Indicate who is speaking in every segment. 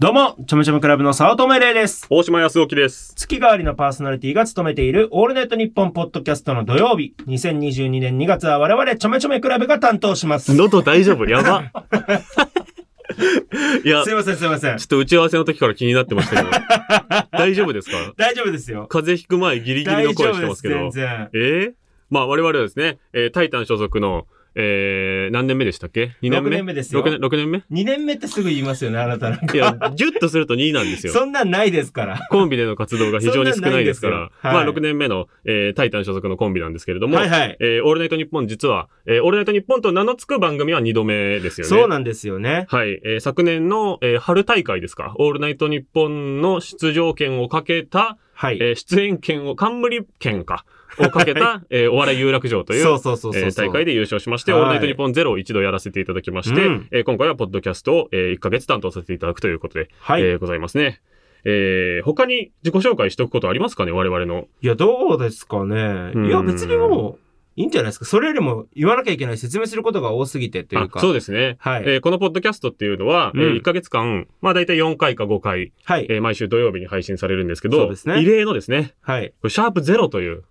Speaker 1: どうも、ちょめちょめクラブの沢戸めれいです。
Speaker 2: 大島康之です。
Speaker 1: 月替わりのパーソナリティが務めているオールナイトニッポンポッドキャストの土曜日、2022年2月は我々ちょめちょめクラブが担当します。すい
Speaker 2: 喉大丈夫 やば。 いや、
Speaker 1: ま
Speaker 2: ちょ
Speaker 1: せんすいません
Speaker 2: っ。と打ち合わせの時から気になってましたけど、 大丈夫ですか
Speaker 1: 大丈夫ですよ。
Speaker 2: 風邪ひく前ギリギリ
Speaker 1: 大
Speaker 2: の
Speaker 1: 丈夫
Speaker 2: 声して
Speaker 1: で、
Speaker 2: ますすけど。
Speaker 1: 全然。
Speaker 2: えーまあ我々はですね、えータイタン所属の、えー何年目でしたっけ ?2 年
Speaker 1: 六
Speaker 2: 目
Speaker 1: 年目ですよ
Speaker 2: 6, 年六年目
Speaker 1: 2年目ってすぐ言いますよね、あなたなん
Speaker 2: い
Speaker 1: か。
Speaker 2: や、10とすると2なんですよ。
Speaker 1: そんなんないですから。
Speaker 2: コンビでの活動が非常に少ないですから、
Speaker 1: そんなんないですよはい
Speaker 2: まあ6年目の、えータイタン所属のコンビなんですけれども、
Speaker 1: はいはい。
Speaker 2: えーオールナイトニッポン実は、えーオールナイトニッポンと名の付く番組は2度目ですよね。
Speaker 1: そうなんですよね。
Speaker 2: はい、えー昨年の、えー春大会ですか、オールナイトニッポンの出場権をかけた、
Speaker 1: はい。
Speaker 2: えー出演権を、冠権か、をかけた、えーお笑い有楽町という、
Speaker 1: そうそうそうそう。
Speaker 2: えー大会
Speaker 1: で。
Speaker 2: で優勝しまして、
Speaker 1: はい
Speaker 2: オールナイトニッポンゼロを一度やらせていただきまして、
Speaker 1: うん
Speaker 2: えー今回はポッドキャストを、え1ヶ月担当させていただくということで、
Speaker 1: はい。
Speaker 2: えーございますね。えー他に自己紹介しておくことありますかね我々の。
Speaker 1: いや、どうですかね。
Speaker 2: うん
Speaker 1: いや、別にもう、いいんじゃないですか。それよりも言わなきゃいけない、説明することが多すぎてというか。
Speaker 2: あそうですね。
Speaker 1: はい、
Speaker 2: えーこのポッドキャストっていうのは、
Speaker 1: うん
Speaker 2: え1ヶ月間、まあ大体4回か5回、
Speaker 1: はい。
Speaker 2: えー毎週土曜日に配信されるんですけ
Speaker 1: そう
Speaker 2: ど、
Speaker 1: ですね
Speaker 2: 異例のですね、
Speaker 1: はい。
Speaker 2: これシャープゼロという。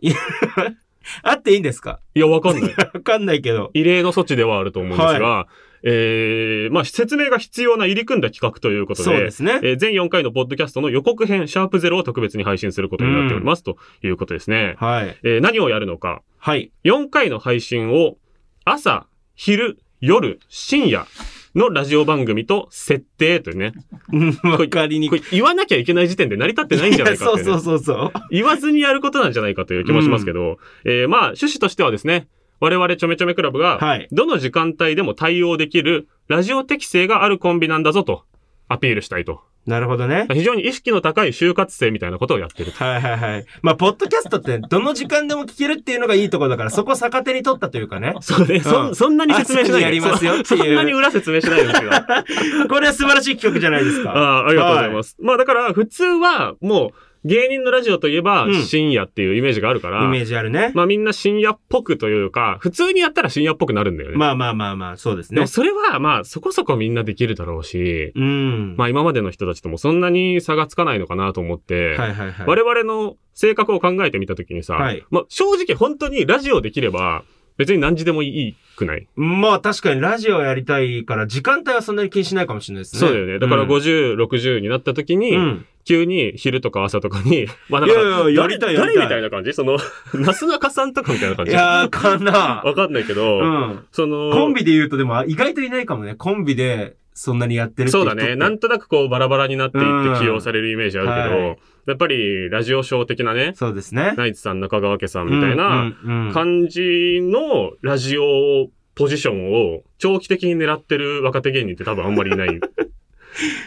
Speaker 1: あっていいんですか
Speaker 2: いや、わかん ない。
Speaker 1: わかんないけど。
Speaker 2: 異例の措置ではあると思うんですが、えーまあ、説明が必要な入り組んだ企画ということで、
Speaker 1: そうですね。
Speaker 2: えー全4回のポッドキャストの予告編、シャープゼロを特別に配信することになっております、ということですね。
Speaker 1: はい。
Speaker 2: えー何をやるのか、
Speaker 1: はい。
Speaker 2: 4回の配信を朝、昼、夜、深夜のラジオ番組と設定というね、
Speaker 1: うんわかりに
Speaker 2: こ
Speaker 1: くい。
Speaker 2: れ言わなきゃいけない時点で成り立ってないんじゃないかって、
Speaker 1: そうそう
Speaker 2: ね、
Speaker 1: そうそう。
Speaker 2: 言わずにやることなんじゃないかという気もしますけど、えーまあ、趣旨としてはですね、我々ちょめちょめクラブが、
Speaker 1: はい。
Speaker 2: どの時間帯でも対応できるラジオ適性があるコンビなんだぞとアピールしたいと。
Speaker 1: なるほどね。
Speaker 2: 非常に意識の高い就活生みたいなことをやってると。
Speaker 1: はいはいはい。まあ、ポッドキャストってどの時間でも聞けるっていうのがいいところだから、そこ逆手に取ったというかね。
Speaker 2: そうね、
Speaker 1: う
Speaker 2: そ、
Speaker 1: ん
Speaker 2: そんなに説明しな
Speaker 1: あすぐ
Speaker 2: い
Speaker 1: やりますよっていう
Speaker 2: そそんなに裏説明しない ですよ。あ
Speaker 1: これは素晴らしい企画じゃないですか。
Speaker 2: あー、ありがとうございます。まあだから普通はもう芸人のラジオといえば
Speaker 1: うん
Speaker 2: 深夜っていうイメージがあるから、
Speaker 1: イメージあるね。
Speaker 2: まあみんな深夜っぽくというか、普通にやったら深夜っぽくなるんだよね。
Speaker 1: まあまあまあまあ、そうです
Speaker 2: で
Speaker 1: ね
Speaker 2: も。それはまあそこそこみんなできるだろうし、
Speaker 1: うん。
Speaker 2: ま
Speaker 1: は
Speaker 2: あ今までの人たちともそんなに差がつかないのかなと思って、
Speaker 1: いはいはい。
Speaker 2: 我々の性格を考えてみたときにさ、
Speaker 1: はい
Speaker 2: まあ、正直本当にラジオできれば、別に何時でもいいくない、
Speaker 1: まあ確かにラジオやりたいから時間帯はそんなに気にしないかもしれないですね。
Speaker 2: そうだよね。だから
Speaker 1: うん
Speaker 2: 50、60になった時に、
Speaker 1: うん。
Speaker 2: 急に昼とか朝とか に、まあ
Speaker 1: い
Speaker 2: だか
Speaker 1: や
Speaker 2: ら、
Speaker 1: いや、やりたいや
Speaker 2: 誰
Speaker 1: り
Speaker 2: 誰み
Speaker 1: た
Speaker 2: た
Speaker 1: い
Speaker 2: い。な感 じその、なすなかさんとかみたいな感
Speaker 1: い
Speaker 2: じわ
Speaker 1: やー、かな。
Speaker 2: かんないけど、
Speaker 1: うん。
Speaker 2: その、
Speaker 1: コンビで言うとでも意外といないかもね。コンビでそんなにやってるってい
Speaker 2: そう
Speaker 1: 人
Speaker 2: だ
Speaker 1: って
Speaker 2: ね。なんとなくこうバラバラになっていって起用されるイメージあるけど、
Speaker 1: うんは
Speaker 2: やっぱりラジオショー的なね、
Speaker 1: そうですね。
Speaker 2: ナイツさん、中川家さんみたいな、
Speaker 1: うん、うん
Speaker 2: 感じのラジオポジションを長期的に狙ってる若手芸人って多分あんまりい ない。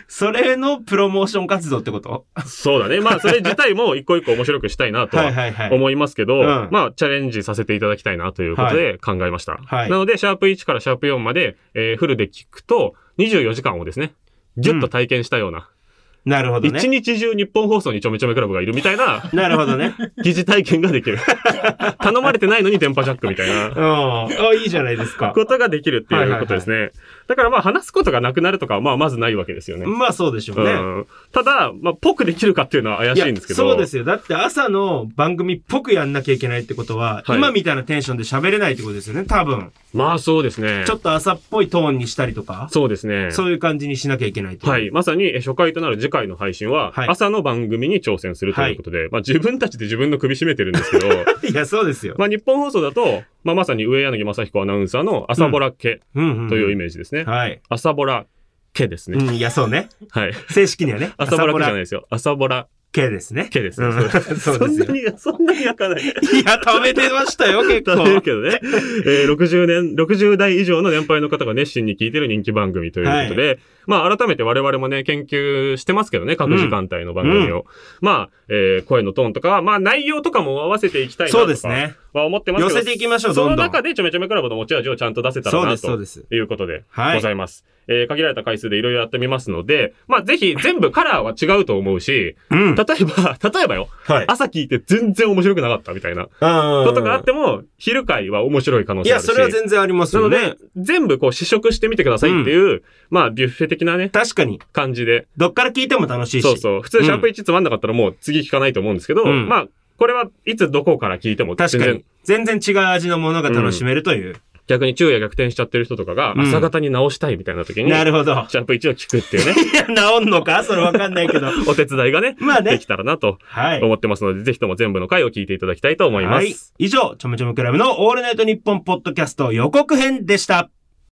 Speaker 1: それのプロモーション活動ってこと
Speaker 2: そうだね。まあそれ自体も一個一個面白くしたいなと
Speaker 1: はい
Speaker 2: は
Speaker 1: はいはい。
Speaker 2: 思いますけど、
Speaker 1: うん
Speaker 2: まあチャレンジさせていただきたいなということで考えました。
Speaker 1: はい
Speaker 2: なので、シャープ1からシャープ4まで、えーフルで聞くと24時間をですね、ぎゅっと体験したような、
Speaker 1: なるほど
Speaker 2: 一、
Speaker 1: ね。
Speaker 2: 日中日本放送にちょめちょめクラブがいるみた いな
Speaker 1: なるほどね。
Speaker 2: 疑似体験ができ る。頼まれてないのに電波ジャックみたいな
Speaker 1: うん。。あ、いいじゃないですか。
Speaker 2: ことができるっていうことですね。だからまあ話すことがなくなるとかはまあまずないわけですよね。
Speaker 1: まあそうでしょう
Speaker 2: う
Speaker 1: ね。
Speaker 2: ん、ただ、まあ、ぽくできるかっていうのは怪しいんですけど。
Speaker 1: やそうですよ。だって朝の番組っぽくやんなきゃいけないってことは、
Speaker 2: はい
Speaker 1: 今みたいなテンションで喋れないってことですよね、多分。
Speaker 2: まあそうですね。
Speaker 1: ちょっと朝っぽいトーンにしたりとか、
Speaker 2: そうですね。
Speaker 1: そういう感じにしなきゃいけないという。
Speaker 2: はい。まさにえ初回となる次回の配信は、
Speaker 1: はい
Speaker 2: 朝の番組に挑戦するということで、まあ自分たちで自分の首絞めてるんです けど、
Speaker 1: いや、そうですよ。
Speaker 2: まあ日本放送だと、まあまさに上柳正彦アナウンサーの朝ボラ家
Speaker 1: うん、うん。
Speaker 2: という
Speaker 1: 味。
Speaker 2: イメージですね。
Speaker 1: はい。
Speaker 2: 朝ボラ家です
Speaker 1: う
Speaker 2: ね。
Speaker 1: ん、いや、そうね。
Speaker 2: はい。
Speaker 1: 正式にはね。
Speaker 2: 朝ボラ家じゃない
Speaker 1: い。
Speaker 2: ですよ。朝ボラ
Speaker 1: 系ですね。
Speaker 2: 家です、
Speaker 1: う
Speaker 2: ね
Speaker 1: ん そう
Speaker 2: そ
Speaker 1: で
Speaker 2: ん
Speaker 1: す
Speaker 2: な
Speaker 1: よ。
Speaker 2: に、そんなに 焼かない。
Speaker 1: いや、食べてましたよ、結
Speaker 2: 食べる
Speaker 1: 構。
Speaker 2: けどね。えー60年、60代以上の年配の方が熱心に聞いてる人気番組ということで、まあ改めて我々もね、研究してますけどね、各時間帯 の番組を。まあ、えー声のトーンとかは、まあ内容とかも合わせていきたいなとか
Speaker 1: そうですね。
Speaker 2: は思ってますけど
Speaker 1: 寄せていきましょう
Speaker 2: そ
Speaker 1: ど
Speaker 2: の
Speaker 1: んどん
Speaker 2: 中でちょめちょめクラブの持ち味をちゃんと出せたら
Speaker 1: そうで
Speaker 2: な
Speaker 1: す、そうで
Speaker 2: と
Speaker 1: す。
Speaker 2: いうことで
Speaker 1: はい
Speaker 2: ございます。えー限られた回数でいろいろやってみますので、まあぜひ全部カラーは違うと思うし、
Speaker 1: うん。
Speaker 2: 例えば、 例えばよ、
Speaker 1: はい。
Speaker 2: 朝聞いて全然面白くなかったみたいな
Speaker 1: こ
Speaker 2: ことがあっても、昼回は面白い可能
Speaker 1: い
Speaker 2: 性あ
Speaker 1: や、
Speaker 2: るし。
Speaker 1: それは全然あります
Speaker 2: な
Speaker 1: よ
Speaker 2: の
Speaker 1: ね
Speaker 2: で。、全部こう試食してみてくださいっていう、まあビュッフェ的なね、
Speaker 1: 確かに。
Speaker 2: 感じで。
Speaker 1: どっから聞いても楽しいし。
Speaker 2: そうそう。普通シャープ1つまんなかったらもう次聞かないと思うんですけど、
Speaker 1: うん
Speaker 2: まあ、これはいつどこから聞いても全
Speaker 1: 確か
Speaker 2: 然
Speaker 1: に。全然違う味のものが楽しめるという。
Speaker 2: 逆に昼夜逆転しちゃってる人とかが
Speaker 1: うん
Speaker 2: 朝方に直したいみたいな時に、
Speaker 1: なるほど。
Speaker 2: シャープ1を聞くっていうね、
Speaker 1: いや、治んのかそれわかんない けど。
Speaker 2: お手伝いがね、
Speaker 1: まあ
Speaker 2: で
Speaker 1: ね
Speaker 2: き。たらなと
Speaker 1: はい。
Speaker 2: 思ってますので、ぜひとも全部の回を聞いていただきたいと思います。
Speaker 1: はい。以上、ちょめちょめクラブのオールナイトニッポンポッドキャスト予告編でした。